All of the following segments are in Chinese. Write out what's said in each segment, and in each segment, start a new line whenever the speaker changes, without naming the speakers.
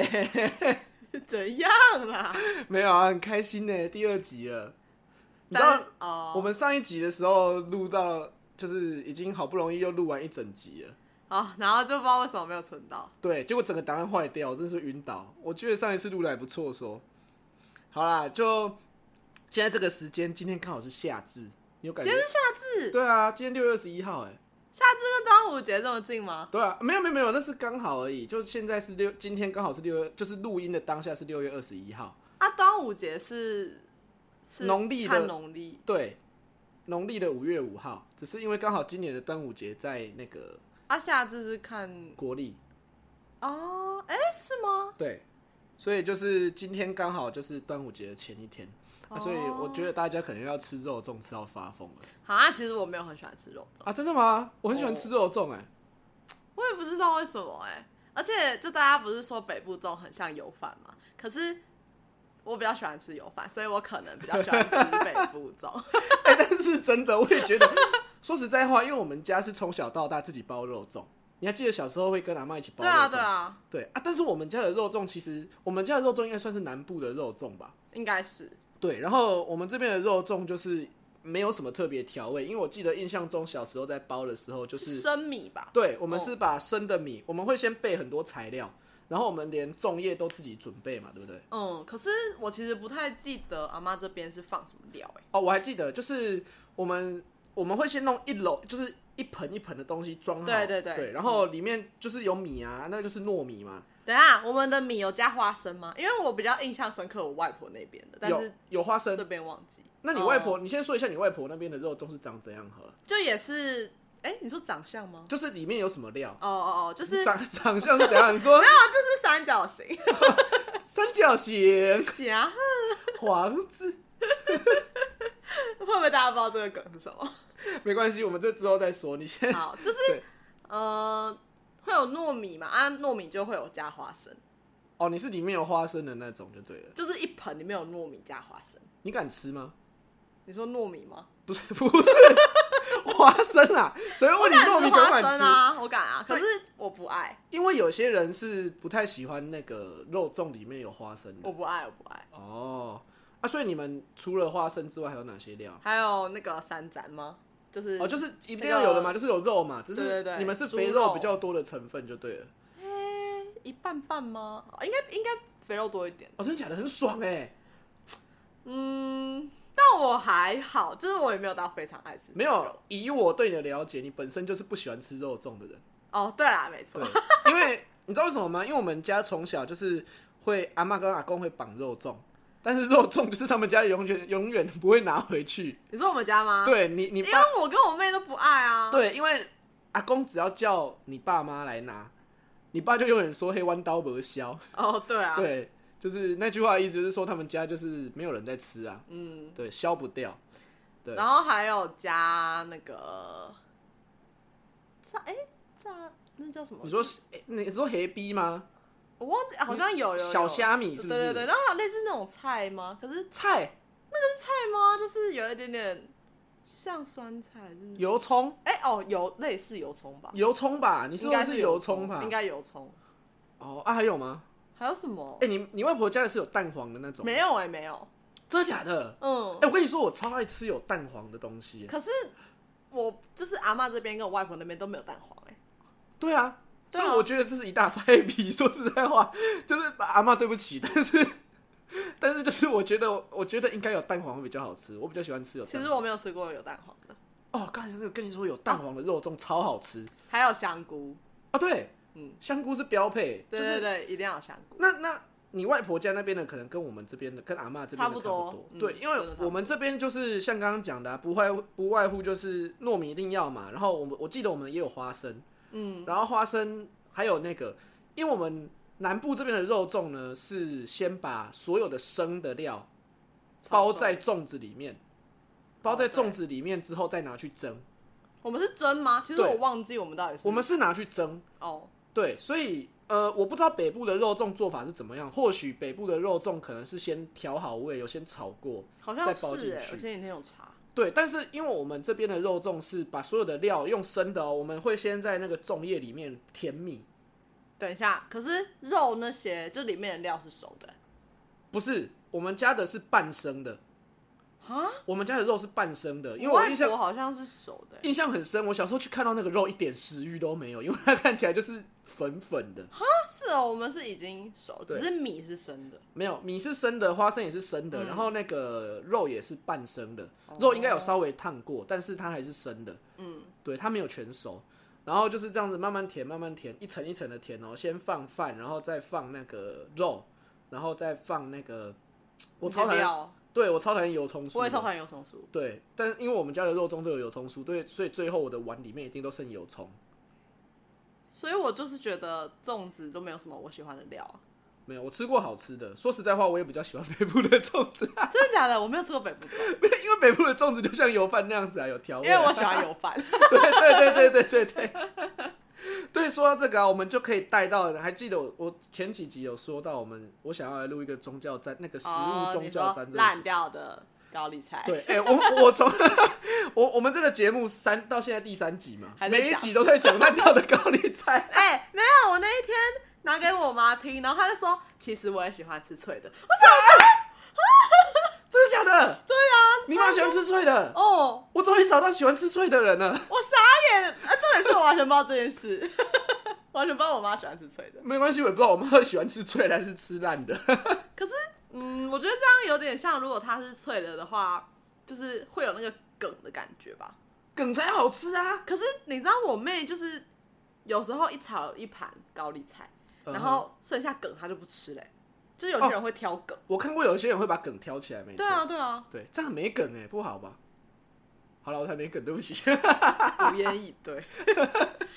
怎样啦？
没有啊，很开心呢，第二集了。你知
但
道
哦，
我们上一集的时候录到，就是已经好不容易又录完一整集了。
哦，然后就不知道为什么没有存到。
对，结果整个档案坏掉，我真是晕倒。我觉得上一次录的还不错，说好啦，就现在这个时间，今天刚好是夏至，你有感觉
今天？是夏至，
对啊，今天六月二十一号，哎，
夏至跟端午节这么近吗？
对啊，没有没有没有，那是刚好而已。就是现在是六，今天刚好是六月，就是录音的当下是六月二十一号，
啊，端午节是是
农历的
看农历
对，农历的五月五号。只是因为刚好今年的端午节在那个
啊，夏至是看
国历，
哦，哎、是吗？
对，所以就是今天刚好就是端午节的前一天、啊所以我觉
哦
得大家可能要吃肉粽吃到发疯了
好啊，其实我没有很喜欢吃肉粽，
啊！真的吗？我很喜欢吃肉
哦
粽哎、
我也不知道为什么哎、而且就大家不是说北部粽很像油饭嘛，可是。我比较喜欢吃油饭，所以我可能比较喜欢吃北部粽。
哎、但是真的我也觉得，说实在话，因为我们家是从小到大自己包肉粽，你还记得小时候会跟阿妈一 起包
对
肉粽？
啊，对啊，
对啊，但是我们家的肉粽其实，我们家的肉粽应该算是南部的肉粽吧？
应该是。
对，然后我们这边的肉粽就是没有什么特别调味，因为我记得印象中小时候在包的时候就是，
生米吧？
对，我们
哦
是把生的米，我们会先备很多材料，然后我们连粽叶都自己准备嘛，对不对？
嗯，可是我其实不太记得阿妈这边是放什么料哎、
哦，我还记得，就是我们我们会先弄一篓，就是一盆一盆的东西装好，
对对对嗯
对然后里面就是有米啊，那就是糯米嘛，
等一下，我们的米有加花生吗？因为我比较印象深刻我外婆那边的，但
有
是
有花
这
生。
边忘记。
那你外
哦
婆，你先说一下你外婆那边的肉粽是长怎样喝？
就也是，哎、你说长相吗？
就是里面有什么料？
哦哦哦，就是 这
长长相是怎样？你说
是三角形，
三角形、
夹，
黄字，
会不会大家不知道这个梗是什么？
没关系，我们这之后再说。你先
好，就是
对
呃，会有糯米嘛，啊，糯米就会有加花生，
哦，你是里面有花生的那种就对了。
就是一盆里面有糯米加花生。
你敢吃吗？
你说糯米吗？
不是， 不是花生啊！谁会问你糯米
我
敢
敢吃
不
花
敢
生
吃？
啊，我敢啊，可
对
是我不爱。
因为有些人是不太喜欢那个肉粽里面有花生
我
的。
不爱，我不爱。
哦，啊，所以你们除了花生之外还有哪些料？
还有那个三斩吗？就是
哦，就是一定
那嗯
要
个
有的嘛，就是有肉嘛，只
对对
是
对
你们是
猪
肥
肉
肉比较多的成分就对了。
一半半吗？哦应该应该肥肉多一点。
哦，真的假的？很爽哎、
嗯，但我还好，就是我也没有到非常爱吃。
没有，以我对你的了解，你本身就是不喜欢吃肉粽的人。
哦，对啦，没错
对。，因为你知道为什么吗？因为我们家从小就是会阿妈跟阿公会绑肉粽，但是肉粽就是他们家永远永远不会拿回去。
你说我们家吗？，
对你，你
啊因
爸
为我跟我妹都不爱啊。，
对，因为阿公只要叫你爸妈来拿，你爸就永远说黑弯刀不削。
哦，对啊，，
对，就是那句话的意思，就是说他们家就是没有人在吃啊，
嗯，
对，削不掉。对
然后还有加那个炸，哎，炸那叫什么？
你说你说黑逼吗？
我忘记，好像有有有
小虾米是不是
对对对，然后还有类似那种菜吗？可是
菜、
菜吗？就是有一点点像酸菜，是不是？
油葱、
哎、哦，有类似油葱吧？
油葱吧？你
应
说
该
的
是
是油葱吧？
应该油葱。
哦啊，还有吗？
还有什么？
哎、你你外婆家的是有蛋黄的那种？
没，有哎、没有。
真的假的？
嗯，
哎、我跟你说，我超爱吃有蛋黄的东西。
可是我就是阿妈这边跟我外婆那边都没有蛋黄哎、
对啊，
对啊
所以我觉得这是一大败笔。说实在话，就是把阿妈对不起，但是但是就是我觉得我觉得应该有蛋黄会比较好吃，我比较喜欢吃有
其
蛋黄。
实我没有吃过有蛋黄的，
哦，刚才跟你说有蛋黄的肉粽超好吃
还有香菇。
啊！对，
啊嗯，
香菇是标配，
对
就
对
是
对，一定要有香菇。
那那你外婆家那边的可能跟我们这边的跟阿嬷这边的
差
差
不
不
多嗯
对，因
真的
为
差不多
我们这边就是像刚刚讲的、啊，不外乎不外乎就是糯米一定要嘛，然后我们我记得我们也有花生，
嗯，
然后花生还有那个，因为我们南部这边的肉粽呢是先把所有的生的料包在粽子里
哦
面，包在粽子里面之后再拿去蒸，
我们是蒸吗？其实
对
我忘记我们到底是
我们是拿去蒸，
哦，
对，所以呃，我不知道北部的肉粽做法是怎么样。或许北部的肉粽可能是先调好味，有先炒过，
好像
再包
是
进
哎、
去
我前几天有查。
对。但是因为我们这边的肉粽是把所有的料用生的哦，我们会先在那个粽叶里面填米，
等一下，可是肉那些就里面的料是熟的
不是，我们家的是半生的，
啊，
我们家的肉是半生的，因为我
外
印象
国好像是熟的欸、
印象很深，我小时候去看到那个肉一点食欲都没有，因为它看起来就是粉粉的，
啊是哦，我们是已经熟，
对
只是米是生的。
没有米是生的，花生也是生
嗯
的，然后那个肉也是半生的，肉应该有稍微烫过，但是它还是生的，
哦嗯，
对，它没有全熟。然后就是这样子慢慢填，慢慢填，一层一层的填哦。先放饭，然后再放那个肉，然后再放那个我超讨厌，
料，
对我超讨厌油葱酥的，
我也超讨厌油葱酥。
对，但是因为我们家的肉中都有油葱酥，对，所以最后我的碗里面一定都剩油葱。
所以我就是觉得粽子都没有什么我喜欢的料、啊，
没有，我吃过好吃的。说实在话，我也比较喜欢北部的粽子，啊
真的假的？我没有吃过北部粽，
因为北部的粽子就像油饭那样子啊，有调味
因
啊。
为我喜欢油饭。
对对对对对对对。 对，说到这个啊，我们就可以带到。还记得我我前几集有说到，我们我想要来录一个宗教沾那个食物
哦，
宗
你
教
说
沾这个
烂掉的高丽菜，
对，哎、我我从 我我们这个节目三到现在第三集嘛，
还在
每一
讲
集都在讲烂掉的高丽菜。
哎、没有，我那一天拿给我妈听，然后她就说，其实我也喜欢吃脆的。我想
真的假的？对啊，你妈喜欢吃脆的，
哦，
我终于找到喜欢吃脆的人了。
我傻眼，啊，重点是我完全不知道这件事， 完全不知道我妈喜欢吃脆的。
没关系，我也不知道我妈到底喜欢吃脆的还是吃烂的。
可是，嗯，我觉得这样有点像，如果它是脆的的话，就是会有那个梗的感觉吧。
梗才好吃啊！
可是你知道我妹就是有时候一炒一盘高丽菜，
嗯
然
呃
后剩下梗她就不吃嘞、就是有些人会挑梗。
我看过有些人会把梗挑哦起来，没错。
对啊，对 啊，
对，这样很没梗哎、不好吧？好了，我才没梗，对不起。
无言以对，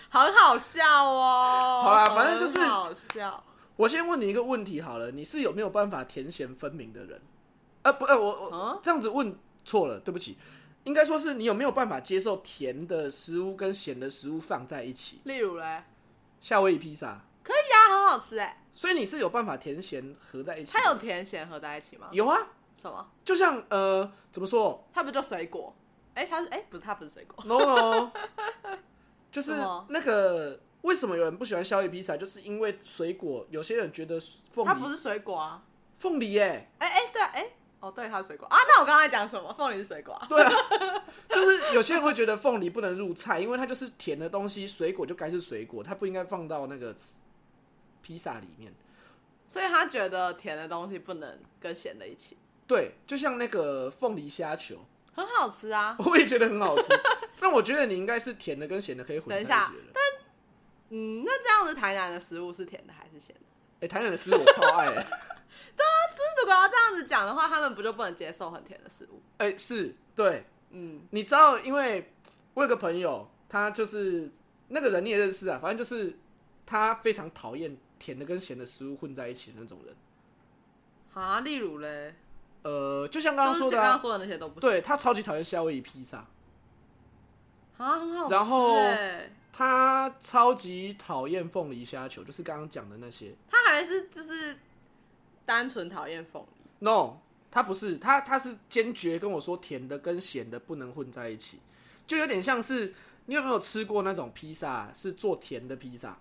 很好笑哦。
好啦反正就是
很好笑。
我先问你一个问题好了，你是有没有办法甜咸分明的人？呃，不，呃，我我、
嗯
这样子问错了，对不起。应该说是你有没有办法接受甜的食物跟咸的食物放在一起？
例如嘞，
夏威夷披萨，
可以啊，很好吃哎。
所以你是有办法甜咸合在一起的？
它有甜咸合在一起吗？
有啊，
什么？
就像呃，怎么说
它不就水果？哎、它是哎、不是，它不是水果。
？No No，就是
什么
那个为什么有人不喜欢宵夜披萨，就是因为水果，有些人觉得
它
凤
不
梨，
是水果啊！
凤梨耶、
哎、哎、对、啊，哎、哦，对，它是水果啊。那我刚才讲什么？凤梨是水果啊？
对啊，就是有些人会觉得凤梨不能入菜，因为它就是甜的东西，水果就该是水果，它不应该放到那个披萨里面。
所以他觉得甜的东西不能跟咸的一起，
对，就像那个凤梨虾球，
很好吃啊。
我也觉得很好吃。但我觉得你应该是甜的跟咸的可以混在
等
一
一
起
下
的人。
嗯，那这样子台南的食物是甜的还是咸的？
哎、台南的食物我超爱、 欸。
就是如果要这样子讲的话，他们不就不能接受很甜的食物？
哎、是对，
嗯，
你知道，因为我有个朋友，他就是那个人你也认识啊，反正就是他非常讨厌甜的跟咸的食物混在一起的那种人。
啊，例如嘞，
呃，就像刚
就
刚
是
说的、
刚刚
啊，
说的那些都不行
对他超级讨厌夏威夷披萨，
啊，很好吃、欸。
然后他超级讨厌凤梨虾球，就是刚刚讲的那些。
他还是就是单纯讨厌凤梨，
No，他不是，他他是坚决跟我说甜的跟咸的不能混在一起，就有点像是你有没有吃过那种披萨是做甜的披萨？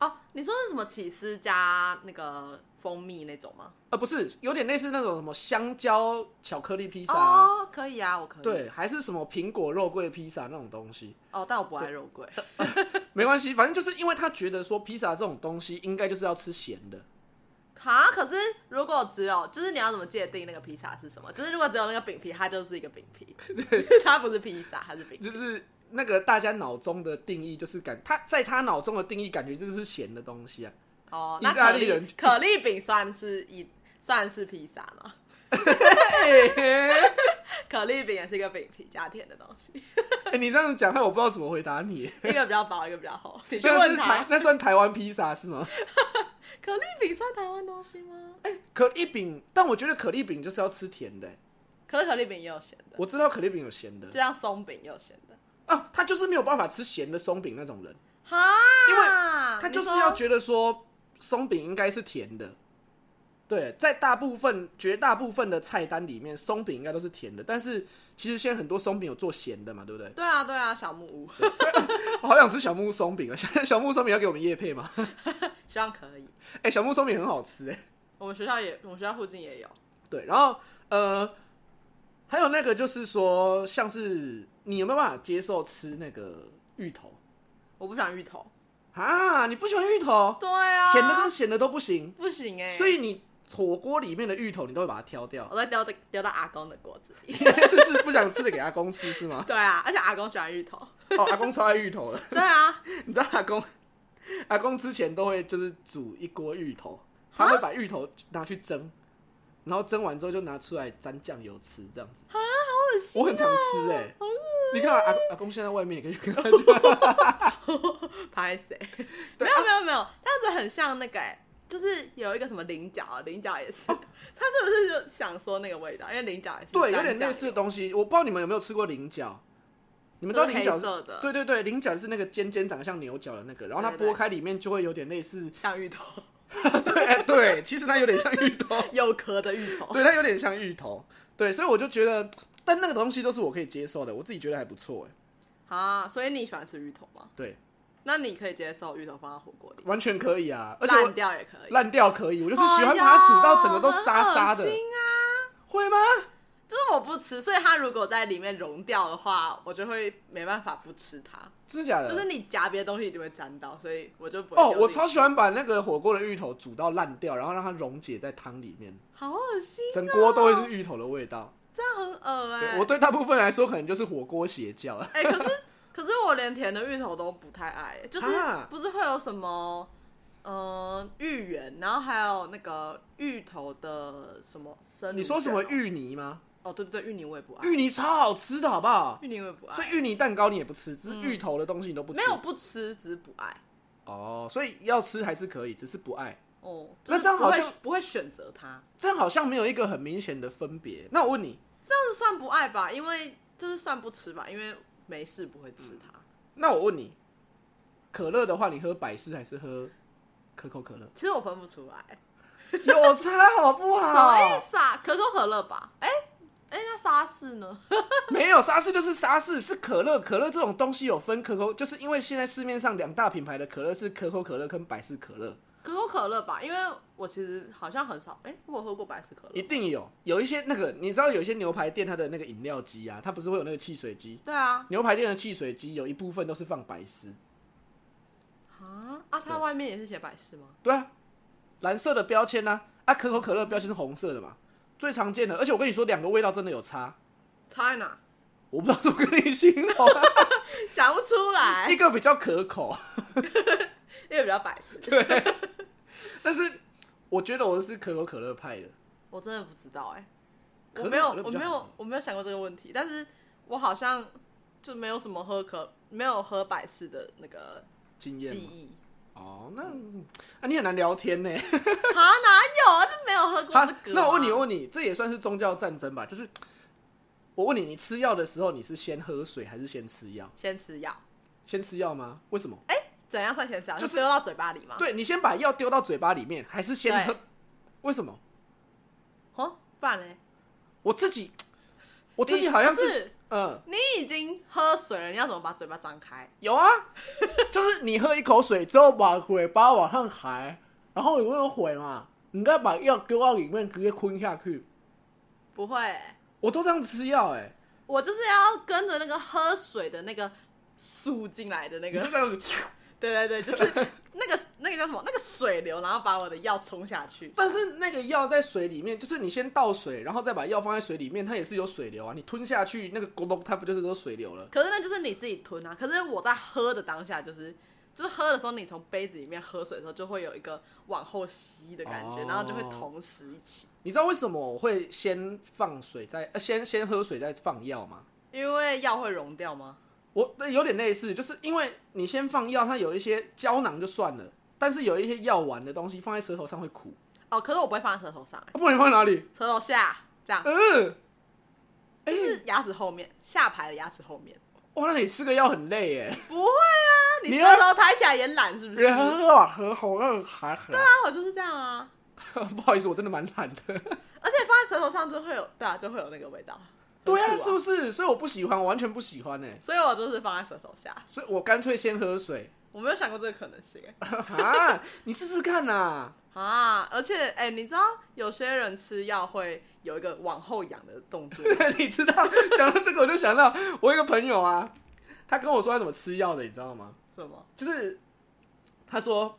哦，你说是什么起司加那个蜂蜜那种吗？
呃，不是，有点类似那种什么香蕉巧克力披萨、啊
哦，可以啊，我可以。
对，还是什么苹果肉桂披萨那种东西，
哦，但我不爱肉桂。
没关系，反正就是因为他觉得说披萨这种东西应该就是要吃咸的，
哈，可是如果只有，就是你要怎么界定那个披萨是什么？就是如果只有那个饼皮，它就是一个饼 皮，它不是披萨，它是饼皮。
就是那个大家脑中的定义就是感，他在他脑中的定义感觉就是咸的 东西啊，
哦，
意
那
大
可
利
丽
人
可丽饼算是一算是披萨吗？可丽饼也是一个饼皮加甜的东西，
哎、你这样讲，害我不知道怎么回答你。
一个比较薄，一个比较 厚。你去
那
问
是
他
台，，那算台湾披萨是吗？
可丽饼算台湾东西吗？
可丽饼，但我觉得可丽饼就是要吃甜的欸、
可是可丽饼也有咸的，
我知道可丽饼有咸的
就像松饼也有咸的。
啊，他就是没有办法吃咸的松饼那种人，
哈，
因为
为
他就是要觉得说松饼应该是甜的，对，在大部分、绝大部分的菜单里面，松饼应该都是甜的，但是其实现在很多松饼有做咸的嘛，对不对？
对啊，对啊，小木屋，
我好想吃小木屋松饼啊！ 现在小木屋松饼要给我们叶配吗？
希望可以。
哎、小木屋松饼很好吃哎、
我们学校也，我们学校附近也有。
对，然后呃，还有那个就是说，像是你有没有办法接受吃那个芋头
我不喜欢芋头。
啊？你不喜欢芋头，
对啊，
甜的跟咸的都不行，
不行哎、
所以你火锅里面的芋头你都会把它挑掉
我，都丢到丢到阿公的锅子里。
是是不想吃的给阿公吃是吗？
对啊，而且阿公喜欢芋 头。
哦，阿公超爱芋头的。
对啊，
你知道阿公，阿公之前都会就是煮一锅芋头，他
啊
会把芋头拿去蒸，然后蒸完之后就拿出来沾酱油吃，这样子。啊，好恶心、我很
啊
常吃哎、
哦
你看阿阿公现在外面也可以 看到，
拍 谁？没
啊
有没有没有，这样子很像那个、欸，就是有一个什么菱角，啊菱角也是，他是不是就想说那个味道？因为菱角也是
哦对，有
沾
点类
酱
似的
油
东西。我不知道你们有没有吃过菱角，你们知道
就是
菱角
黑色的
对对对，菱角是那个尖尖长得像牛角的那个，然后它
对对对
剥开里面就会有点类似，
像芋头，
对哎对，其实它有点像芋头。
有壳的芋头。
哦对，它有点像芋头。对，所以我就觉得，但那个东西都是我可以接受的，我自己觉得还不错哎。
啊，所以你喜欢吃芋头吗？
对，
那你可以接受芋头放到火锅里，
完全可以啊，而且
烂
我
掉也可以。
烂掉可以，我就是喜欢把它煮到整个都沙沙
哎呦很恶，
的
心啊！
会吗？
就是我不吃，所以它如果在里面融掉的话，我就会没办法不吃它。
真的假的？
就是你夹别的东西一定会沾到，所以我就不会
呃哦，
丢
我
进
超
去
喜欢把那个火锅的芋头煮到烂掉，然后让它溶解在汤里面，
好恶心，啊
整锅都会是芋头的味道。
这样很恶哎、
对我对大部分来说，可能就是火锅邪教 了。
哎、可是可是我连甜的芋头都不太爱、就是
啊
不是会有什么呃芋圆，然后还有那个芋头的什么生乳
你说什么
卷哦？
芋泥吗？
哦，对对对，芋泥我也不爱，
芋泥超好吃的，好不好？
芋泥我也不爱，
所以芋泥蛋糕你也不吃，只是芋头的东西你都不吃。
没有不吃，只是不爱。
哦，所以要吃还是可以，只是不爱。
哦，
那
就是
这样
不会
好像
不会选择它，
这样好像没有一个很明显的分别。那我问你，
这样子算不爱吧？因为就是算不吃吧，因为没事不会吃它。？
那我问你，可乐的话，你喝百事还是喝可口可乐
其实我分不出来，
有差好不
什么
好
意？思啊？可口可乐吧？哎、哎、那沙士呢？
没有沙士就是沙士，是可乐。可乐这种东西有分可口，就是因为现在市面上两大品牌的可乐是可口可乐跟百事可乐，
可口可乐吧，因为我其实好像很少，哎、我有喝过百事可
一
乐。
定有有一些那个，你知道有一些牛排店它的那个饮料机啊，它不是会有那个汽水机？
对啊，
牛排店的汽水机有一部分都是放百事，
啊啊，它
对
外面也是写百事吗？
对啊，蓝色的标签呢、啊？啊，可口可乐标签是红色的嘛，最常见的。而且我跟你说，两个味道真的有差，
差在哪？
我不知道怎么跟你形容啊、
讲不出来
一，个比较可口，
因为比较百事。
但是我觉得我是可口可乐派的。
我真的不知道哎、
可
我
口
没有，
可乐
我
比较
没
好
有，我没有想过这个问题，但是我好像就没有什么喝可没有喝百事的那个
经验
记
嘛
忆。
哦，那啊你很难聊 天呢。
啊，哪有啊？就没有喝过
好
这个啊、
那我问你，我问你，这也算是宗教战争吧？就是我问你，你吃药的时候，你是先喝水还是先吃药？
先吃药，
先吃药吗？为什么？
怎样算先吃药？
就
就是是丢到嘴巴里吗？，
对你先把药丢到嘴巴里面，还是先喝
对？
为什么？
哦，不然嘞，
我自己，我自己
你
好像
不是
嗯，
你已经喝水了，你要怎么把嘴巴张开？
有啊， 就是你喝一口水之后把嘴巴往上抬，然后你会有毁嘛，你再把药丢到里面直接吞下去。
不会欸、
我都这样吃药哎、
我就是要跟着那个喝水的那个输进来的那
你
个
是，那种，
对对对，就是 那个那个叫什么？那个水流，然后把我的药冲下去。
但是那个药在水里面，就是你先倒水，然后再把药放在水里面，它也是有水流啊。你吞下去那个咕咚，它不就是都水流了？
可是那就是你自己吞啊。可是我在喝的当下，就是就是喝的时候，你从杯子里面喝水的时候，就会有一个往后吸的感觉，
哦
然后就会同时一起。
你知道为什么我会先放水再，呃、先先喝水再放药吗？
因为药会溶掉吗？
我对有点类似，就是因为你先放药，它有一些胶囊就算了，但是有一些药丸的东西放在舌头上会苦，
哦，可是我不会放在舌头上、欸
啊、不然你放在哪里？
舌头下这样，
嗯，哎
就是牙齿后面，下排的牙齿后面。
哇，那你吃个药很累耶，
不会啊，你
你
舌
要
头抬起来也懒是不是？
啊人喝完喝喉咙还喝，
刚好就是这样啊。
不好意思，我真的蛮懒的。
而且放在舌头上就会有，对啊，就会有那个味道。
对啊，
很酷
是不是？所以我不喜欢，我完全不喜欢呢、
所以我就是放在舌头下，
所以我干脆先喝水
我没有想过这个可能性哎、
啊！你试试看呐、
啊！而且哎、你知道有些人吃药会有一个往后仰的动作，
你知道，讲到这个我就想到我一个朋友啊，他跟我说他怎么吃药的，你知道吗？
什么？
就是他说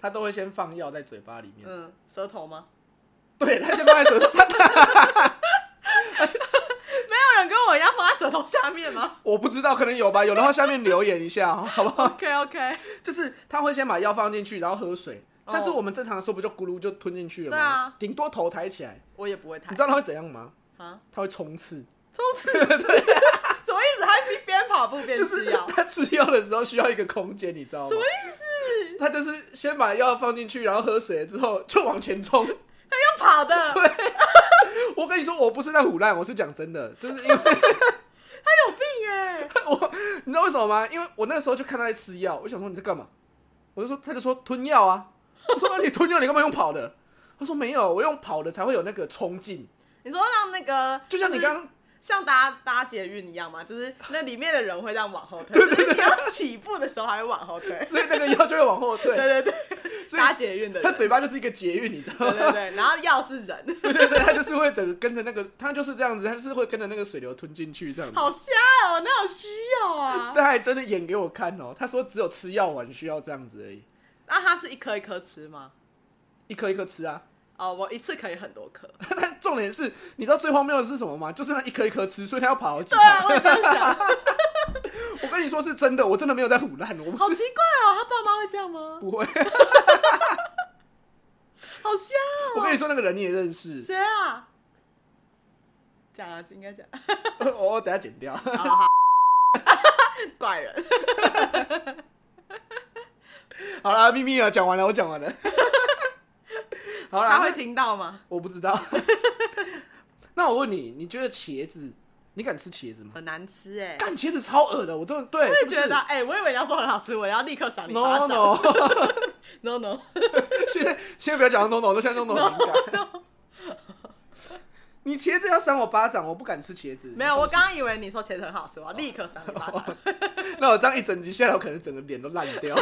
他都会先放药在嘴巴里面，
嗯，舌头吗？
对他先放在舌头，他
没有人跟我一样放在舌头下面吗
我不知道可能有吧，有的话下面留言一下哦，好不好？
？OK OK，
就是他会先把药放进去，然后喝水。
哦
但是我们正常的时候不就咕噜就吞进去了吗？
对啊
顶多头抬起来。
我也不会抬
你知道他会怎样吗？
啊，
他会冲刺，
冲 刺对、 什么意思？还是边跑步边
就
吃
是
药？
他吃药的时候需要一个空间，你知道吗？
什么意思？
他就是先把药放进去，然后喝水了之后就往前冲。
用跑的，他
我跟你说，我不是在胡乱，我是讲真的，就是 因为
有病哎、
我，你知道为什么吗？因为我那时候就看他在吃药，我想说你在干嘛？我就说，他就说吞药啊。我说那你吞药，你干嘛用跑的？他说没有，我用跑的才会有那个冲劲，
你说让那个
就像你
是
刚刚
像搭搭捷运一样嘛，就是那里面的人会这样往后退，就是你要起步的时候还会往后退。
所以那个药就会往 后退，
对对对，
所以
搭捷 运的
他
人，
嘴巴就是一个捷运，你知道
对
吗？
对对，然后药是人，
对 对对，他就是会整个跟着那个，他就是这样子，他就是会跟着那个水流吞进去这样 子。
好瞎哦，那好需要啊。
但他还真的演给我看哦，他说只有吃药丸需要这样子而已，
那它是一颗一颗吃吗？
一颗一颗吃啊。
哦，我一次可以很多 颗。
但重点是，你知道最荒谬的是什么吗？就是那一颗一颗吃，所以他要跑好几
对啊，
趟。
我也这样想，
我跟你说是真的，我真的没有在胡乱，我不
好
是
奇怪哦，他爸妈会这样吗？
不 会。
好瞎哦，
我跟你说那个人你也认识，
谁啊？讲啊，应该讲，啊
我哦我等下剪掉。
怪人。
好啦，秘密啊，讲完了，我讲 完了。好啦，
他会
啊那
听到吗？
我不知道。 那我问你，你觉得茄子，你敢吃茄子吗？
很难吃哎、
干茄子超恶的，我真的对，
我也
是不是
觉得，哎、我以为你要说很好吃，我要立刻赏你巴
No
掌。no
no，
no，
现在现在不要讲 no no，现在 no no 很敏感。你茄子要扇我巴掌，我不敢吃茄子。
没有，我刚刚以为你说茄子很好吃，我要立刻赏你巴掌，
那我这样一整集下来，我可能整个脸都烂 掉。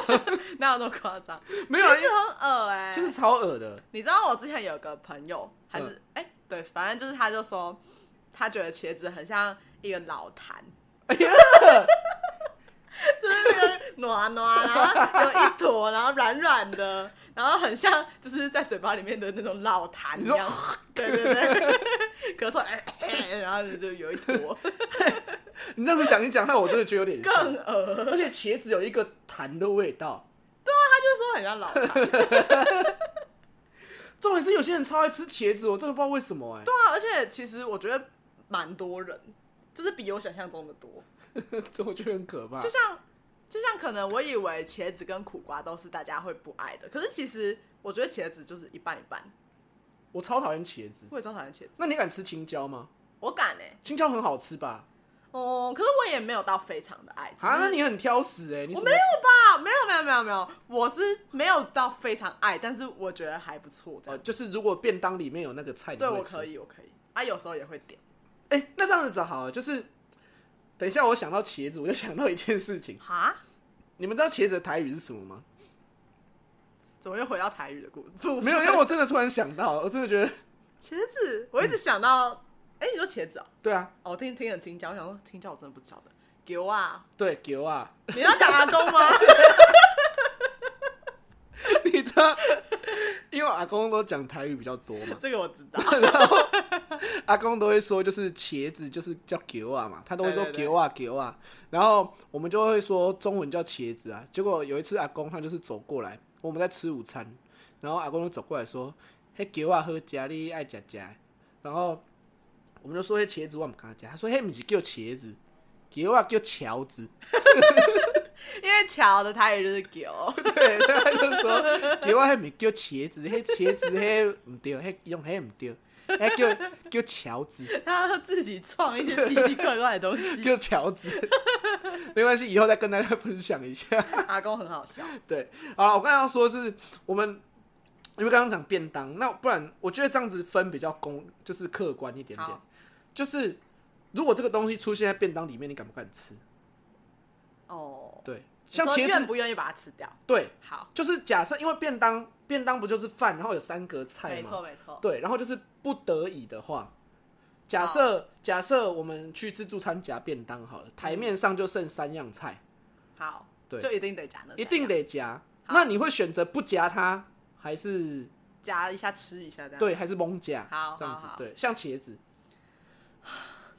哪有那么夸张？
没有啊，
茄子很恶哎、
就是超恶的。
你知道我之前有个朋友，还
嗯
是哎、对，反正就是他就说，他觉得茄子很像一个老坛，
哎呀，
就是那个暖暖，然后有一坨，然后软软的，然后很像就是在嘴巴里面的那种老痰一
你
样
说。
对对对， 咳嗽哎、哎然后就有一坨，
你这样子讲一讲，那我真的觉得有点像
更恶。
而且茄子有一个痰的味道。
他就说很像 老痰，
重点是有些人超爱吃茄子，我真的不知道为什么哎、
对啊，而且其实我觉得蛮多人，就是比我想象中的多。
这我觉得很可怕
就。像就像可能我以为茄子跟苦瓜都是大家会不爱的，可是其实我觉得茄子就是一半一半。
我超讨厌茄子。
我也超讨厌茄子，
那你敢吃青椒吗？
我敢哎、
青椒很好吃吧？
哦、可是我也没有到非常的爱。
啊，
只
那
是
你很挑食哎、你
我
什
没
么
有吧？没有没有没有没有，我是没有到非常爱，但是我觉得还不错这
呃，
样。
就是如果便当里面有那个菜，
对
你
我
会吃
可。以，我可以啊，有时候也会点。
哎、那这样子好了，就是等一下我想到茄子，我就想到一件事情。
哈？
你们知道茄子的台语是什么吗？
怎么又回到台语的故事？
没有，因为我真的突然想到，我真的觉得，
茄子，我一直想到，哎、你说茄子哦、
对啊，
哦，我听听很青椒，我想说青椒我真的不晓得。牛啊，
对， 牛啊，
你要讲阿公吗？
你知道， 因为我阿公都讲台语比较多 嘛，
这个我知道。
阿公都会说，就是茄子就是叫牛啊嘛，他都会说
对对对
牛啊牛啊，然后我们就会说中文叫茄子啊。结果有一次阿公他就是走过来，我们在吃午餐，然后阿公就走过来说：“嘿牛啊喝家你爱夹夹。”然后我们就说：“嘿茄子我们刚夹。”他说：“嘿不是叫茄子，牛啊叫乔子。
因为乔的台语就是狗，”
对，他就说：“牛啊嘿不是叫茄子，嘿茄子嘿唔对，嘿用嘿唔对，嘿叫叫乔子。”
他自己创一些奇奇怪怪的东 西。
个乔子， 没关系，以后再跟大家分享一下。
阿公很好笑，
对，好了，我刚才要说的是我们，因为刚刚讲便当，那不然我觉得这样子分比较公，就是客观一点点
好。
就是如果这个东西出现在便当里面，你敢不敢吃？
哦，
对，
你
像
说
茄
愿
子，
不愿意把它吃掉？
对，
好，
就是假设因为便当，便当不就是饭，然后有三格菜嘛，
没错没错，
对，然后就是不得已的话，假设、假设我们去自助餐夹便当好了，
嗯
台面上就剩三样菜，
好，
对
就一定得夹那，
一定得夹。
好
那你会选择不夹它，还是
夹一下吃一下这样。，
对，还是蒙夹？
好
这样子
好好
对，像茄子。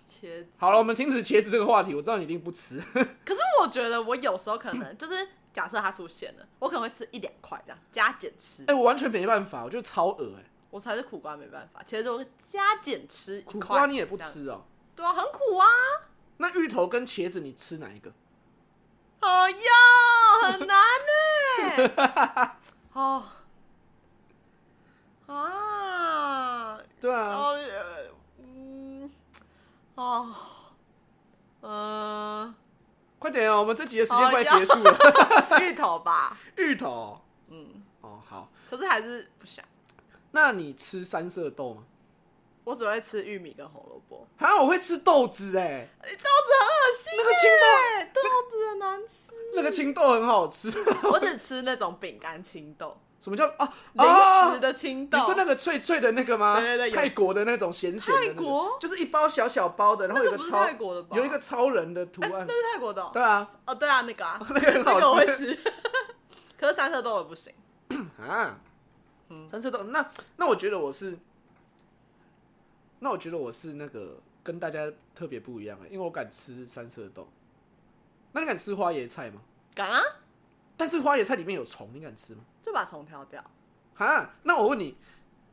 茄子。
好了，我们停止茄子这个话题。我知道你一定不吃，
可是我觉得我有时候可 能就是假设它出现了，我可能会吃一两块这样加减吃
哎、。我完全没办法，我觉得超恶哎、
我才是苦瓜没办法，茄子我会加减吃一块。
苦瓜你也不
这样？
吃哦、
对啊，很苦啊。
那芋头跟茄子你吃哪一个？
哦哟，很难呢、哦啊，
对啊，
哦，呃嗯，哦，嗯、
快点哦、我们这集的时间快
好
结束了。
芋头吧，
芋头，
嗯，
哦好，
可是还是不想，
那你吃三色豆吗？
我只会吃玉米跟红萝卜，
啊，我会吃豆子哎、
豆子很恶心、欸，
那个青豆，
豆子很难吃，
那个青豆很好吃。
我只吃那种饼干青豆，
什么叫啊？
零食
啊
的青豆，
你说那个脆脆的那个吗？
对对对有
泰国的那种咸咸的那个、
泰国
就是一包小小包的，然后有
那
一
个不
个
是
超
泰国的吧
有一个超人的图
哎、
案。
那是泰国的哦、
对啊，
哦，对啊，那个啊，
那个很
那个我
好
会
吃
吃， 可是三色豆的不行。
啊。三色豆，那那我觉得我是，那我觉得我是那个跟大家特别不一样的，欸因为我敢吃三色豆。那你敢吃花椰菜吗？
敢啊，
但是花椰菜里面有虫，你敢吃吗？
就把虫挑掉。
哈，那我问你，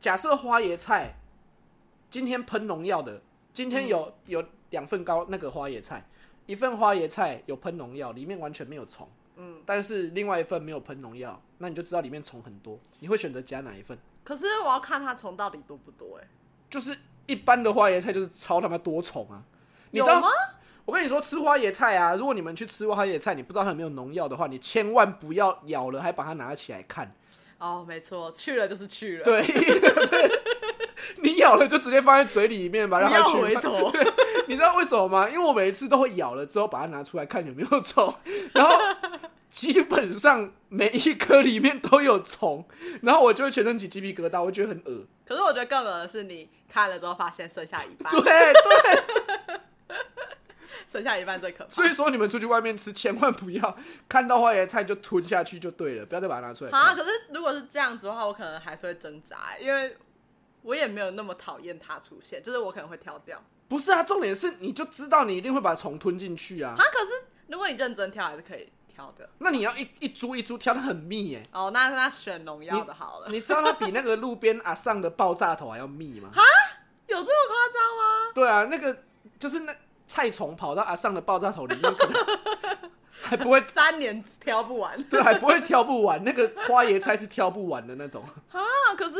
假设花椰菜今天喷农药的，今天
嗯
有、有两份高那个花椰菜，一份花椰菜有喷农药，里面完全没有虫，
嗯，
但是另外一份没有喷农药，那你就知道里面虫很多，你会选择加哪一份？
可是我要看它虫到底多不多哎、
就是一般的花椰菜就是超他妈多虫啊，你
有
知道
吗？
我跟你说，吃花椰菜啊，如果你们去吃花椰菜，你不知道它有没有农药的话，你千万不要咬了还把它拿起来看，
哦，没错，去了就是去 了，
对，对， 你咬了就直接放在嘴里面吧，
不
让它
要
啊去
回
吧。
头。
你知道为什么吗？因为我每一次都会咬了之后把它拿出来看有没有虫， 然后基本上每一颗里面都有虫，然后我就会全身起鸡皮疙瘩，我觉得很恶。
可是我觉得更恶的是，你看了之后发现剩下一半
对，对，
剩下一半最可怕。
所以说你们出去外面吃，千万不要看到花椰菜就吞下去就对了，不要再把它拿出来
啊，
看。
可是如果是这样子的话，我可能还是会挣扎、欸，因为我也没有那么讨厌它出现，就是我可能会挑掉。
不是啊，重点是你就知道你一定会把虫吞进去啊
啊，。可是如果你认真挑，还是可以挑的。
那你要一一株一株挑，它很密耶、
哦，那那选农药的好了，
你知道它比那个路边阿上的爆炸头还要密吗？
有这么夸张吗？
对啊，那个就是那菜虫跑到阿上的爆炸头里面，可能 还不会，
三年挑不完。
对，啊还不会挑不完。那个花椰菜是挑不完的那种。
啊，可是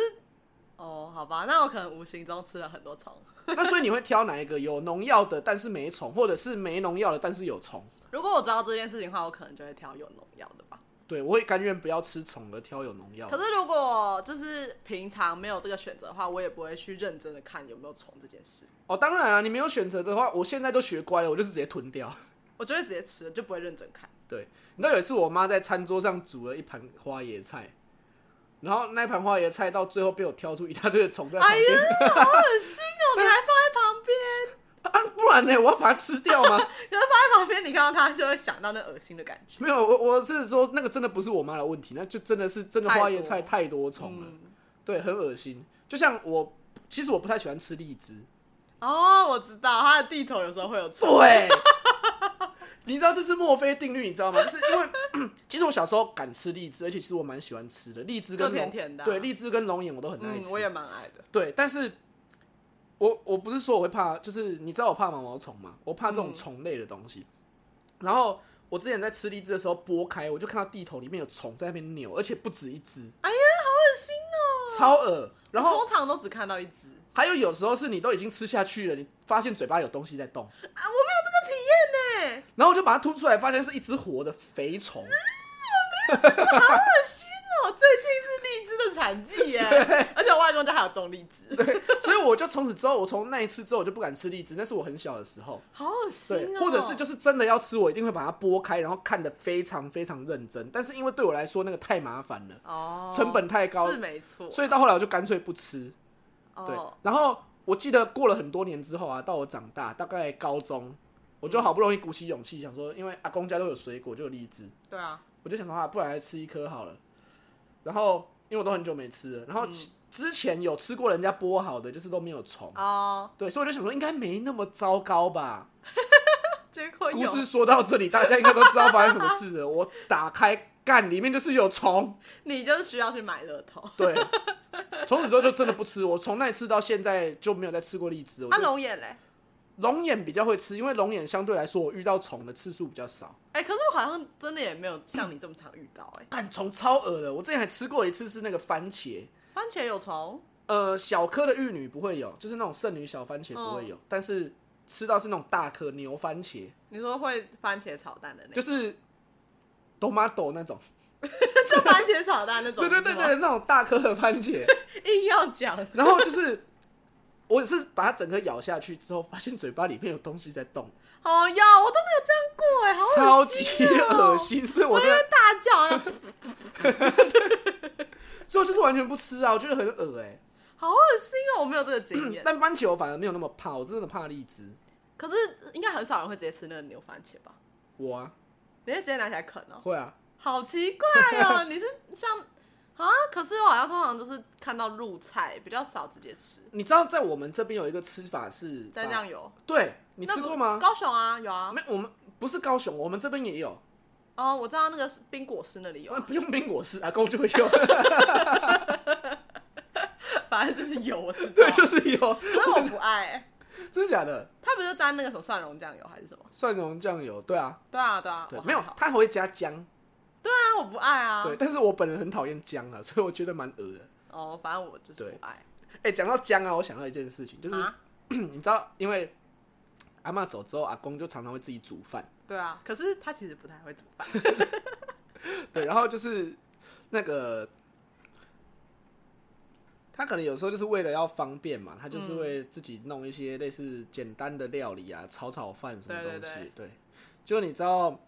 哦，好吧，那我可能无形中吃了很多虫。
那所以你会挑哪一个有农药的但是没虫，或者是没农药的但是有虫？
如果我知道这件事情的话，我可能就会挑有农药的吧。
对，我会甘愿不要吃虫而挑有农药的。
可是如果就是平常没有这个选择的话，我也不会去认真的看有没有虫这件事，
哦，当然啊，你没有选择的话，我现在都学乖了，我就是直接吞掉。
我就会直接吃了，就不会认真看。
对，你知道有一次我妈在餐桌上煮了一盘花椰菜，然后那盘花椰菜到最后被我挑出一大堆的虫在旁
哎呀
边、，
好恶心哦！你还放在旁边，
啊，不然呢？我要把它吃掉吗？
你 还放在旁边，你看到它就会想到那恶心的感觉。
没有，我我是说那个真的不是我妈的问题，那就真的是真的花椰菜太多虫了，
嗯，
对，很恶心。就像我，其实我不太喜欢吃荔 枝，
哦，我知道，它的地头有时候会有虫。
对。你知道这是墨菲定律，你知道吗？就是因为 其实我小时候敢吃荔枝，而且其实我蛮喜欢吃的，荔枝跟
就
龙
甜甜的啊
对，荔枝跟龙眼我都很爱
嗯
吃。，
我也蛮爱的。
对，但是我我不是说我会怕，就是你知道我怕毛毛虫吗？我怕这种
嗯
虫类的东西。然后我之前在吃荔枝的时候剥开，我就看到地头里面有虫在那边扭，而且不止一只，
哎呀，好恶心哦！
超恶。然后
我通常都只看到一只
还有有时候是你都已经吃下去了，你发现嘴巴有东西在动，
啊，我没有这个体验呢。
然后我就把它吐出来，发现是一只活的肥虫。
恶心哦！最近是荔枝的产季耶，而且我外公家还有种荔枝，
所以我就从此之后，我从那一次之后我就不敢吃荔枝，那是我很小的时候。
好恶心
对，
哦。
或者是就是真的要吃，我一定会把它剥开，然后看得非常非常认真。但是因为对我来说那个太麻烦了，
哦，
成本太高
是没错。
所以到后来我就干脆不吃。对
哦，，
然后我记得过了很多年之后啊，到我长大，大概高中，我就好不容易鼓起勇气想说，因为阿公家都有水果，就有荔枝，
对啊，
我就想说啊，不然来吃一颗好了。然后因为我都很久没吃了，然
嗯
后其之前有吃过人家剥好的，就是都没有虫。
哦，
对，所以我就想说，应该没那么糟糕吧。
结果
故
有
事说到这里，大家应该都知道发生什么事了。我打开干，里面就是有虫。
你就是需要去买乐透。
对，从此之后就真的不吃。我从那一次到现在就没有再吃过荔枝。我
啊，
就
龙眼嘞？
龙眼比较会吃，因为龙眼相对来说我遇到虫的次数比较少。
哎、可是我好像真的也没有像你这么常遇到哎、
干虫超恶的，我之前还吃过一次是那个番茄，
番茄有虫，
呃，小颗的玉女不会有，就是那种剩女小番茄不会有，但是吃到是那种大颗牛番茄，
你说会番茄炒蛋的那
就
种，
是 tomato 那种，
就番茄炒蛋那种，
对对对对，那种大颗的番茄。
对，硬要讲，
然后就是，我是把它整个咬下去之后，发现嘴巴里面有东西在动，
好呀，我都没有这样过哎、好
超
恶
级
心哦
恶，心，所以我
我
真
也
的，
会大叫，
所以我就是完全不吃啊，我觉得很恶哎、
好恶心哦，我没有这个经验。
但番茄我反而嗯没有那么怕，我真的怕荔枝。
可是应该很少人会直接吃那个牛番茄吧？
我啊，
你会直接拿起来啃哦，
会啊，
好奇怪 哦！你是像啊？可是我好像通常就是看到入菜，比较少直接吃，
你知道在我们这边有一个吃法是
蘸
把
酱，油。
对啊你
那
吃
不
过吗？
高雄啊，有啊。
没，我们不是高雄，我们这边也有，
哦，我知道那个冰果师那里有
我们
啊，
不用冰果师，阿公就会用，
反正就是有，我知道。
对，就是有，
可是我不爱、欸，
真的假的？
他不就沾那个什么蒜蓉酱油还是什么？
蒜蓉酱油，对啊，
对啊，对啊，
对
我，还
没有
好，
它还会加姜，
对啊，我不爱啊。
对，但是我本人很讨厌姜啊，所以我觉得蛮恶的。
哦，反正我就是不爱。
哎、讲到姜啊，我想到一件事情，就是、
啊，
你知道，因为阿嬷走之后，阿公就常常会自己煮饭，
对啊，可是他其实不太会煮饭。
对，然后就是那个他可能有时候就是为了要方便嘛，他
嗯
就是会自己弄一些类似简单的料理啊，炒炒饭什么东
对
西，
对对
就你知道，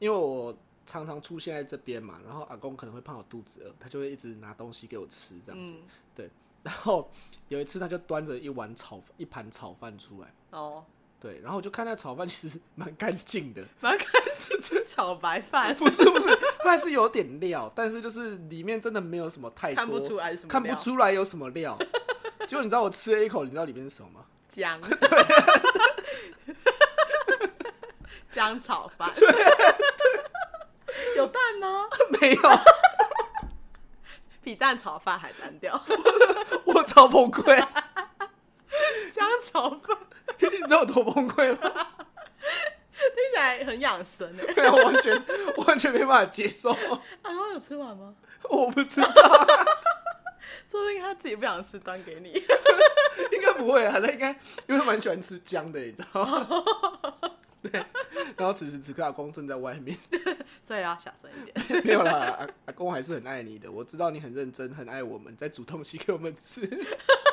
因为我常常出现在这边嘛，然后阿公可能会怕我肚子饿，他就会一直拿东西给我吃这样子，
嗯，
然后有一次他就端着一碗炒一盘炒饭出来。
哦，
对，然后我就看那炒饭其实蛮干净的，
蛮干 净的炒白饭，
不是不是，它还是有点料，但是就是里面真的没有什么太多，
看不出来是什么
看不
料
出来有什么料。结果你知道我吃了一口，你知道里面是什么吗？
姜，姜炒饭，有蛋吗？
没有，
比蛋炒饭还单调，
我超崩溃，
姜炒饭
你知道我多崩溃吗？
听起来很养生诶。
对啊，我完全我完全没办法接受，
阿公有吃完吗？
我不知道，
说不定他自己不想吃，端给你。
应该不会啦，他应该因为他蛮喜欢吃姜的，你知道吗？ 对，然后此时此刻阿公正在外面，
所以要小声一点。
没有啦，阿阿公还是很爱你的。我知道你很认真，很爱我们，在煮东西给我们吃，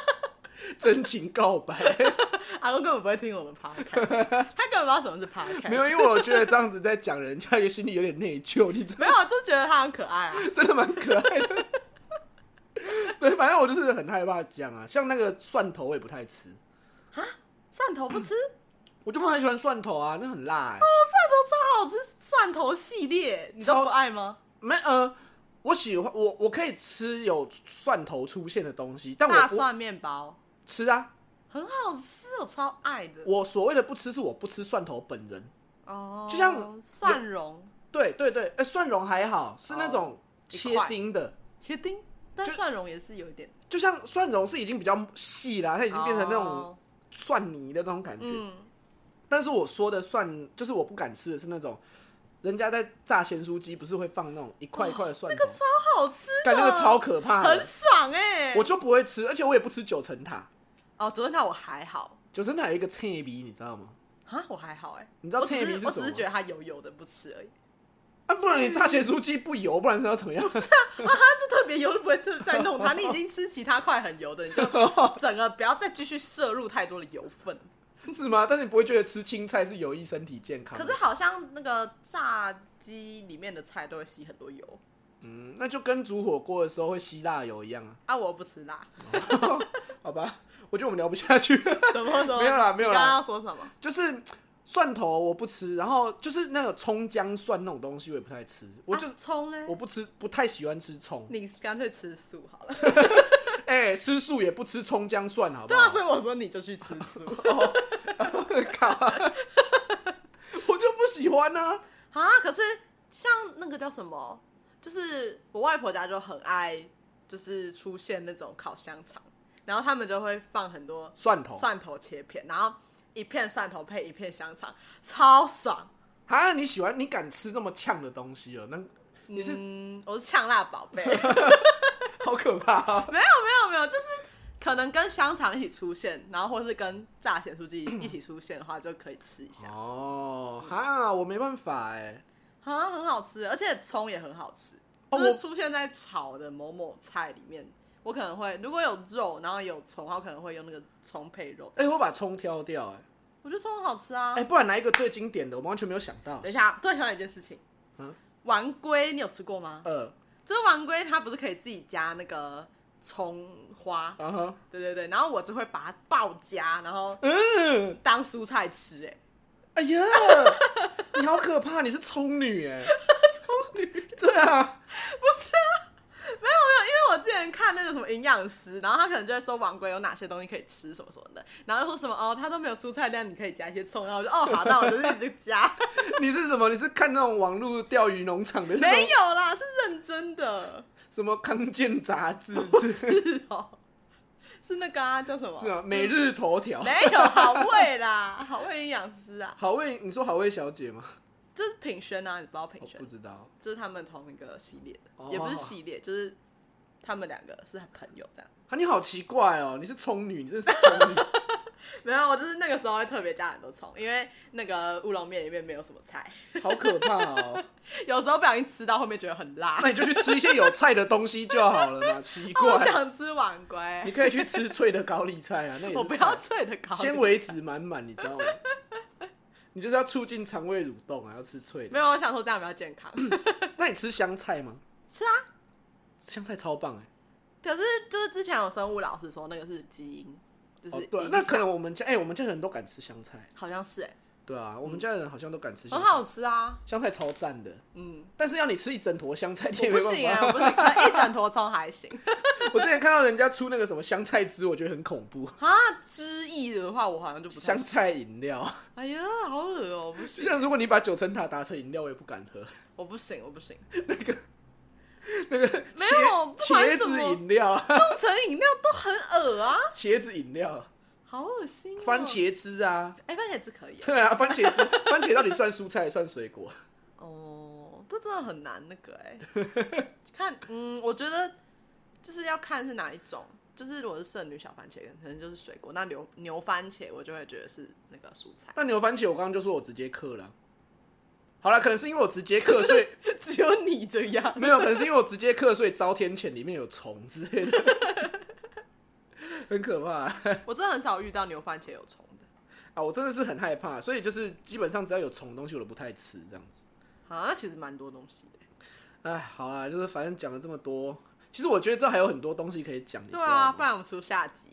真情告白。
阿公根本不会听我们 podcast，他根本不知道什么是 podcast。
没有，因为我觉得这样子在讲人家，也心里有点内疚，你知
没
道，
有，就觉得他很可爱啊。
真的蛮可爱的。 对，反正我就是很害怕讲啊，像那个蒜头我也不太吃，
蒜头不吃，哦，
我就不很喜欢蒜头啊，那很辣、欸。
蒜头超好吃，蒜头系列你都不爱吗？
没呃，我喜欢我我可以吃有蒜头出现的东西，但
大
我不
蒜面包
吃啊。
很好吃，我超爱的。
我所谓的不吃，是我不吃蒜头本人。
哦，
就像
蒜蓉
对对对，哎、蒜蓉还好，是
哦
那种切丁的，
切丁，但
就
蒜蓉也是有一点，
就像蒜蓉是已经比较细啦，它已
已
经变成那种蒜泥的那种感觉。
哦嗯，
但是我说的蒜，就是我不敢吃的是那种，人家在炸咸酥鸡不是会放那种一块一块的
哦
蒜头，
超好吃的，
感觉那个超可怕
很
的，
爽哎。
我就不会吃，而且我也不吃九层塔。
哦，昨天那我还好
九层塔有一个脆鼻，你知道吗？
啊，我还好哎。
你知道
我只
脆皮
是
是
我
什
只
么
是
吗
觉得它油油的不吃而已。
啊，不然你炸咸酥鸡不油，不然是要怎么样？
就特别油就不会特再弄它。你已经吃其他块很油的，你 就整个不要再继续摄入太多的油分。
是吗？但是你不会觉得吃青菜是有益身体健康
可
吗？
是好像那个炸鸡里面的菜都会吸很多油
嗯，那就跟煮火锅的时候会吸辣油一样啊，
啊，我又不吃辣，
好吧？我觉得我们聊不下去了，
什么什么
没有啦没有
你刚
啦
刚要说什么？
就是蒜头我不吃，然后就是那个葱姜蒜那种东西我也不太吃，我就、
啊葱呢？
我不吃，不太喜欢吃葱，
你干脆吃素好了。
哎、吃素也不吃葱姜蒜，好不
对
好
啊，？所以我说你就去吃 素
靠，哦 我就不喜欢呢、
啊。可是像那个叫什么，就是我外婆家就很爱，就是出现那种烤香肠，然后他们就会放很多
蒜头
蒜头切片，然后一片蒜头配一片香肠，超爽。
啊，你喜欢你敢吃那么呛的东西哦？那你是、
嗯，我是呛辣宝贝，没
好可怕、哦。
有没有，就是可能跟香肠一起出现，然后或是跟炸咸酥鸡一起出现的话，就可以吃一下
哦，哈，我没办法哎。
啊，很好吃，而且葱也很好吃，
哦
就是
我
出现在炒的某某菜里面。我可能会如果有肉，然后有葱，我可能会用那个葱配肉。
哎、我把葱挑掉哎、
我觉得葱很好吃啊。
哎、不然来一个最经典的，我完全没有想到
等。一下，突然想到一件事情，
嗯
丸龟你有吃过吗？
呃，
就是王龟它不是可以自己加那个葱花，
啊哈，
对对对，然后我就会把它爆加，然后
嗯，
当蔬菜吃、欸，
哎呀， 你好可怕，你是葱女哎、
哎，没有没有，
对啊，
因为我之前看那个什么营养师，然后他可能就会说王龟有哪些东西可以吃什么什么的，然后又说什么哦，它都没有蔬菜量，你可以加一些葱，然后我就哦好，那我就一直加，
你是什么？你是看那种网络钓鱼农场的那种
没有啦，是认真的，
什么康健杂志 是
是哦，是那个啊叫什么？
是啊，每日头条。
没有好味啦， 好味营养师啊，
好味，你说好味小姐吗？
就是品轩啊，你不知道品
我
轩
不？知道。
就是他们同一个系列的，
哦
也不是系列，就是他们两个是朋友这样。
啊，你好奇怪哦，你是葱女，你真的是葱女。
没有，我就是那个时候会特别加很多葱，因为那个乌龙面里面没有什么菜，
好可怕哦！
有时候不小心吃到后面觉得很辣
那，你就去吃一些有菜的东西就好了嘛，奇
我
怪。
想吃碗
你
龟，
可以去吃脆的高丽菜啊，那也是
我不要脆
菜
的高丽
纤维质满满，你知道吗？ 你就是要促进肠胃蠕动啊，要吃脆
没
的。
有，我想说这样比较健康。
嗯那你吃香菜吗？
是啊，
香菜超棒哎、
可是就是之前有生物老师说那个是基因，就是
哦
影响、
对，那可能我们家哎、我们家人都敢吃香菜，
好像是哎、
对啊，我们家人好像都敢吃香
很
菜，
好吃啊，
香菜超赞的。
嗯，
但是要你吃一整坨香菜，你
我
也
不
没
行
办
哎、
法。
我不行，可能一整坨葱还行
我之前看到人家出那个什么香菜汁，我觉得很恐怖。
啊，汁液的话我好像就不太
香菜饮料，
哎呀，好恶哦、不
就
行，
像如果你把九层塔打成饮料，我也不敢喝。
我不行，我不 行，
没
有不管
茄
什么
子饮料 啊，
弄成饮料都很恶啊，
茄子饮料，
好恶心、哦
番，茄汁啊，
哎、番茄汁可以啊、
对啊，番茄汁，番茄到底算蔬菜算水果？
哦，这真的很难那个哎、 看，嗯，我觉得就是要看是哪一种，就是如果是剩女小番茄，可能就是水果，那牛牛番茄我就会觉得是那个蔬菜，
那牛番茄我刚刚就说我直接嗑了。好了，可能是因为我直接嗑，所以
只有你这样，
没有，可能是因为我直接嗑，所以遭天谴里面有虫之类的，很可怕啊、
我真的很少遇到牛番茄有虫的
啊，我真的是很害怕，所以就是基本上只要有虫的东西我都不太吃这样子。
啊，那其实蛮多东西的、
哎，好啦，就是反正讲了这么多，其实我觉得这还有很多东西可以讲，你知
对
道
啊，不
吗？
然我们出下 集，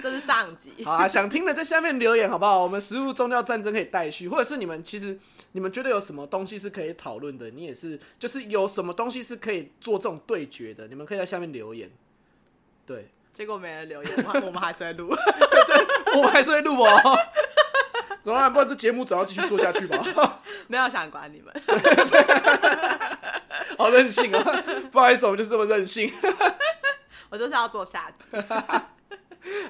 这是上集
好。啊，想听的在下面留言好不好？我们食物宗教战争可以带去，或者是你们其实你们觉得有什么东西是可以讨论的，你也是就是有什么东西是可以做这种对决的，你们可以在下面留言。对，
结果没人留言， 我们我们还是在录。
我们还是会录哦。总然不然这节目总要继续做下去吧。
没有想管你们。
好任性啊！不好意思，我们就是这么任性。
我就是要做下集，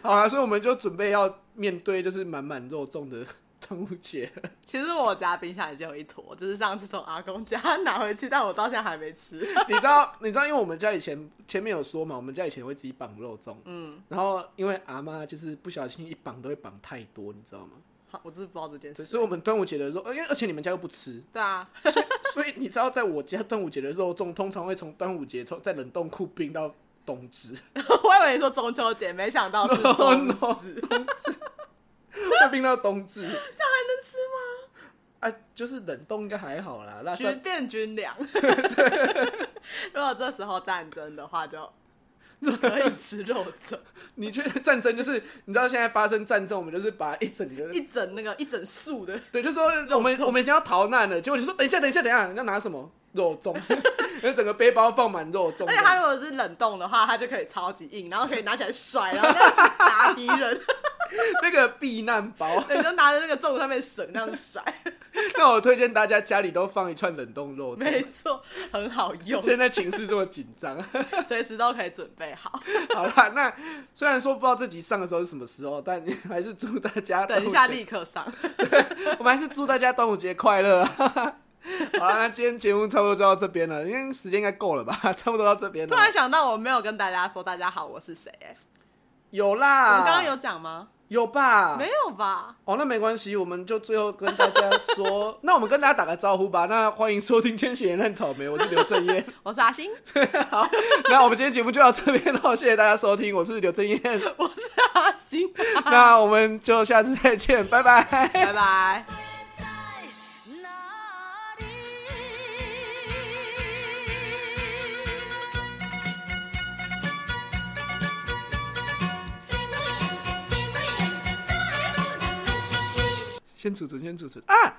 好啊，所以我们就准备要面对就是满满肉粽的 端午节了。
其实我家冰箱已经有一坨，就是上次从阿公家拿回去，但我到现在还没吃。
你知道，你知道，因为我们家以前前面有说嘛，我们家以前会自己绑肉粽，嗯，然后因为阿妈就是不小心一绑都会绑太多，你知道吗？
好我真是不知道这件
对，
事。欸
所以我们端午节的肉，呃因为而且你们家又不吃，
对啊，
所以你知道，在我家端午节的肉粽通常会从端午节从在冷冻库冰到冬至，
我以为你说中秋节，没想到是
No,
冬
no
至。
会冰到冬至，这还能吃吗？啊，就是冷冻应该还好啦，那
军
啊算
变军 粮。 如果这时候战争的话， 就可以吃肉粽，
你觉得战争就是你知道现在发生战争，我们就是把一整个
一整那个一整束的，
对，就说我们我们已经要逃难了，结果你说等一下等一下等一下，你要拿什么 肉粽？然后整个背包放满肉粽
而，且它如果是冷冻的话，它就可以超级硬，然后可以拿起来甩，然后这样子打敌人，
那个避难包。
对，就拿着那个粽子上面绳那样 甩，
那我推荐大家家里都放一串冷冻肉
没
粽。
错，很好用，
现在情势这么紧张，
随时都可以准备好。
好啦，那虽然说不知道这集上的时候是什么时候，但还是祝大家 端
等
午
一下
节
立刻上，
我们还是祝大家端午节快乐、 啊。好了，那今天节目差不多就到这边了，因为时间应该够了吧， 差不多到这边
突
了。
然想到我没有跟大家说大家好，我是谁、欸？
有
我
啦，
们刚刚有讲吗？
有吧？
没有吧？
哦，那没关系，我们就最后跟大家说， 那我们跟大家打个招呼吧。那欢迎收听《千禧人烂草莓》，我是刘正燕。
我是阿星，
那我们今天节目就到这边了，谢谢大家收听，我是刘正燕。
我是阿星，
那我们就下次再见，拜拜。
拜拜。
なり
先储存，先储存啊！